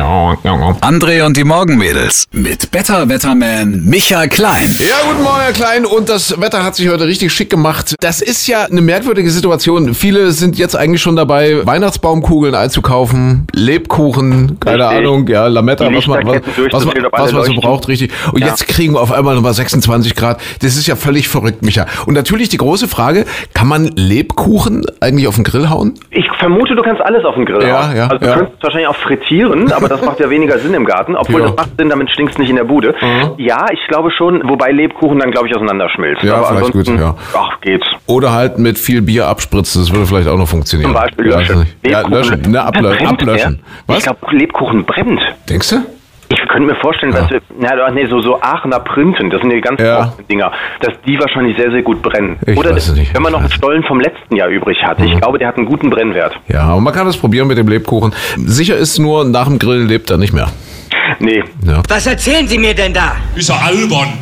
André und die Morgenmädels mit Better Wetterman Michael Klein. Ja, guten Morgen, Herr Klein. Und das Wetter hat sich heute richtig schick gemacht. Das ist ja eine merkwürdige Situation. Viele sind jetzt eigentlich schon dabei, Weihnachtsbaumkugeln einzukaufen, Lebkuchen, keine Richtig. Ahnung, ja, Lametta, Die was man, was, Lichterketten was, man, durchzusehen, ob was alle man so leuchten. braucht, richtig. Und Ja. jetzt kriegen wir auf einmal nochmal 26 Grad. Das ist ja völlig verrückt, Micha. Und natürlich die große Frage, kann man Lebkuchen eigentlich auf den Grill hauen? Ich vermute, du kannst alles auf dem Grill Ja, hauen. ja, Also du ja. könntest wahrscheinlich auch frittieren, aber das macht ja weniger Sinn im Garten. Obwohl, Ja. Mhm. das macht Sinn, damit stinkst nicht in der Bude. Ja, ich glaube schon, wobei Lebkuchen dann, glaube ich, auseinanderschmilzt. Ja, vielleicht gut, ja. Ach, geht's. Oder halt mit viel Bier abspritzen, das würde vielleicht auch noch funktionieren. Zum Beispiel ja, löschen. Ja, Lebkuchen. löschen, ne, ablö Brennt ablöschen. der? Was? Ich glaube, Lebkuchen brennt. Denkst du? Ich könnte mir vorstellen, dass wir, na, nee, so, so Aachener Printen, das sind ja die ganzen Ja. großen Dinger, dass die wahrscheinlich sehr, sehr gut brennen. Ich Oder weiß es nicht, wenn man ich noch einen weiß es Mhm. Stollen vom letzten Jahr übrig hat. Ich glaube, der hat einen guten Brennwert. Ja, aber man kann es probieren mit dem Lebkuchen. Sicher ist nur, nach dem Grillen lebt er nicht mehr. Nee, Was erzählen Sie mir denn da? Ist er albern?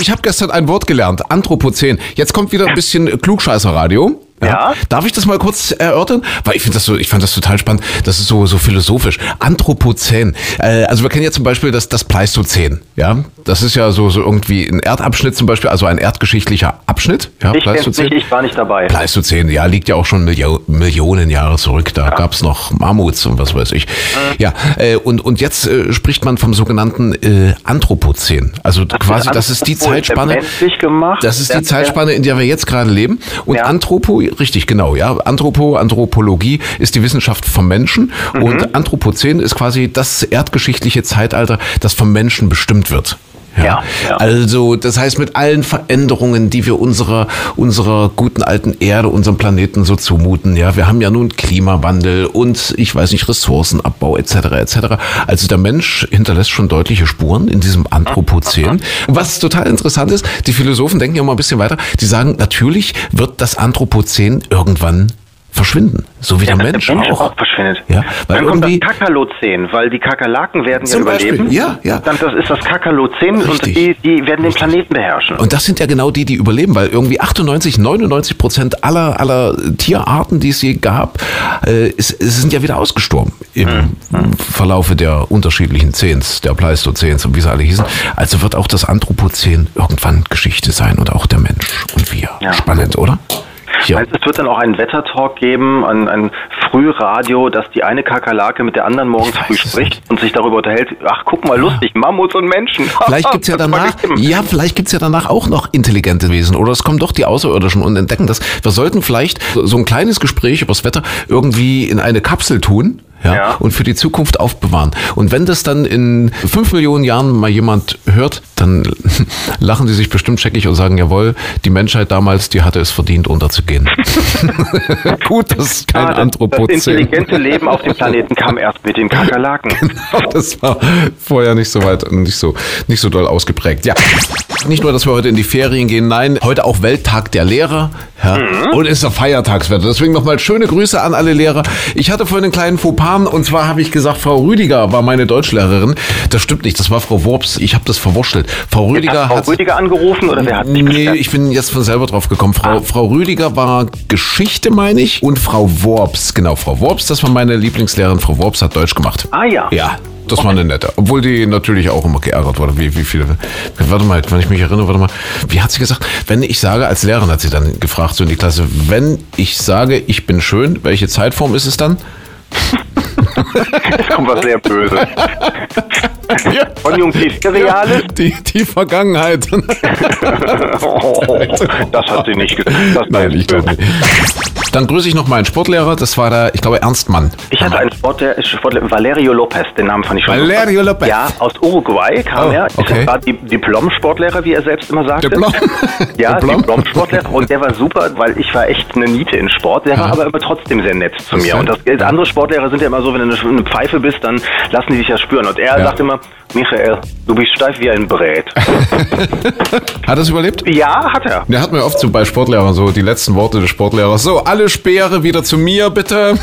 Ich habe gestern ein Wort gelernt, Anthropozän. Jetzt kommt wieder ein bisschen Klugscheißer-Radio. Ja. Darf ich das mal kurz erörtern? Weil ich finde das so, ich fand das total spannend. Das ist so, so philosophisch. Anthropozän. Äh, also wir kennen ja zum Beispiel das, das Pleistozän. Ja. Das ist ja so, so irgendwie ein Erdabschnitt zum Beispiel, also ein erdgeschichtlicher Abschnitt. Ja, ich kenn's nicht, ich war nicht dabei. Pleistozän, ja, liegt ja auch schon Millio Millionen Jahre zurück. Da gab's noch Mammuts und was weiß ich. Mhm. Ja, äh, und, und jetzt äh, spricht man vom sogenannten äh, Anthropozän. Also quasi, das ist die Anthropozän, Zeitspanne. menschlich gemacht. Das ist die Ja, Zeitspanne, in der wir jetzt gerade leben. Und Ja. Anthropo, richtig, genau, ja. Anthropo, Anthropologie ist die Wissenschaft vom Menschen. Mhm. Und Anthropozän ist quasi das erdgeschichtliche Zeitalter, das vom Menschen bestimmt wird. Ja, ja. Also, das heißt, mit allen Veränderungen, die wir unserer, unserer guten alten Erde, unserem Planeten so zumuten, ja, wir haben ja nun Klimawandel und ich weiß nicht, Ressourcenabbau etc. etc. Also der Mensch hinterlässt schon deutliche Spuren in diesem Anthropozän. Was total interessant ist, die Philosophen denken ja mal ein bisschen weiter, die sagen, natürlich wird das Anthropozän irgendwann verschwinden. So wie der, dass Mensch, der Mensch auch. auch, verschwindet. Ja, weil dann kommt das irgendwie- Kakerlozän, weil die Kakerlaken werden ja Zum Beispiel, überleben. ja, ja. Dann das ist das Kakerlozän und Richtig. die, die werden den Planeten beherrschen. Und das sind ja genau die, die überleben, weil irgendwie 98, 99 Prozent aller, aller Tierarten, die es je gab, äh, ist, sind ja wieder ausgestorben im Verlaufe der unterschiedlichen Zehns, der Pleistozäns und wie sie alle hießen. Also wird auch das Anthropozän irgendwann Geschichte sein und auch der Mensch und wir. Ja. Spannend, oder? Ja. Also es wird dann auch einen Wettertalk geben, ein, ein Frühradio, dass die eine Kakerlake mit der anderen morgens Ich weiß früh es spricht nicht. und sich darüber unterhält. Ach, guck mal, lustig, Mammuts und Menschen. Vielleicht gibt's ja Das war danach, gegeben. ja, vielleicht gibt's ja danach auch noch intelligente Wesen oder es kommen doch die Außerirdischen und entdecken das. Wir sollten vielleicht so- so ein kleines Gespräch übers Wetter irgendwie in eine Kapsel tun. Ja, Ja. und für die Zukunft aufbewahren. Und wenn das dann in fünf Millionen Jahren mal jemand hört, dann lachen die sich bestimmt scheckig und sagen, jawohl, die Menschheit damals, die hatte es verdient, unterzugehen. Gut, das ist kein Ah, das, das Anthropozän. intelligente Leben auf dem Planeten kam erst mit den Kakerlaken. Genau. Das war vorher nicht so weit, nicht so, nicht so doll ausgeprägt. Ja. Nicht nur, dass wir heute in die Ferien gehen, nein, heute auch Welttag der Lehrer. Ja. Mhm. Und es ist ein Feiertagswetter. Deswegen nochmal schöne Grüße an alle Lehrer. Ich hatte vorhin einen kleinen Fauxpas und zwar habe ich gesagt, Frau Rüdiger war meine Deutschlehrerin. Das stimmt nicht, das war Frau Worps. Ich habe das verwurschtelt. Frau Rüdiger hat Frau hat. Rüdiger angerufen oder wer hat dich Nee, beschwert? Ah. ich bin jetzt von selber drauf gekommen. Frau, Frau Rüdiger war Geschichte, meine ich, und Frau Worps, genau, Frau Worps, das war meine Lieblingslehrerin. Frau Worps hat Deutsch gemacht. Ah ja. Ja, das war eine nette. Obwohl die natürlich auch immer geärgert wurde, wie, wie viele. Warte mal, wenn ich mich erinnere, warte mal. Wie hat sie gesagt? Wenn ich sage, als Lehrerin hat sie dann gefragt, so in die Klasse, wenn ich sage, ich bin schön, welche Zeitform ist es dann? Jetzt kommt was sehr Böses. Konjunktiv Seriales? Die, die Vergangenheit. Oh, das hat sie nicht gesagt. Das war Nein, jetzt ich glaube böse. nicht. Dann grüße ich noch meinen Sportlehrer, das war der, ich glaube, Ernst Mann. Ich hatte einen Sportler, Sportler, Valerio Lopez, den Namen fand ich schon. Valerio Lopez. Ja, aus Uruguay kam Oh, er. Ist okay. war die Diplom-Sportlehrer, wie er selbst immer sagte. Diplom. Ja, Diplom. Diplom-Sportlehrer. Und der war super, weil ich war echt eine Niete in Sport. Der war aber immer trotzdem sehr nett zu mir. ja- Und das, andere Sportlehrer sind ja immer so, wenn du eine- eine Pfeife bist, dann lassen die dich ja spüren. Und er Ja. sagt immer, Michael, du bist steif wie ein Brät. Hat er es überlebt? ja, hat er. Der hat mir oft so bei Sportlehrern so die letzten Worte des Sportlehrers. So, alle Speere wieder zu mir, bitte.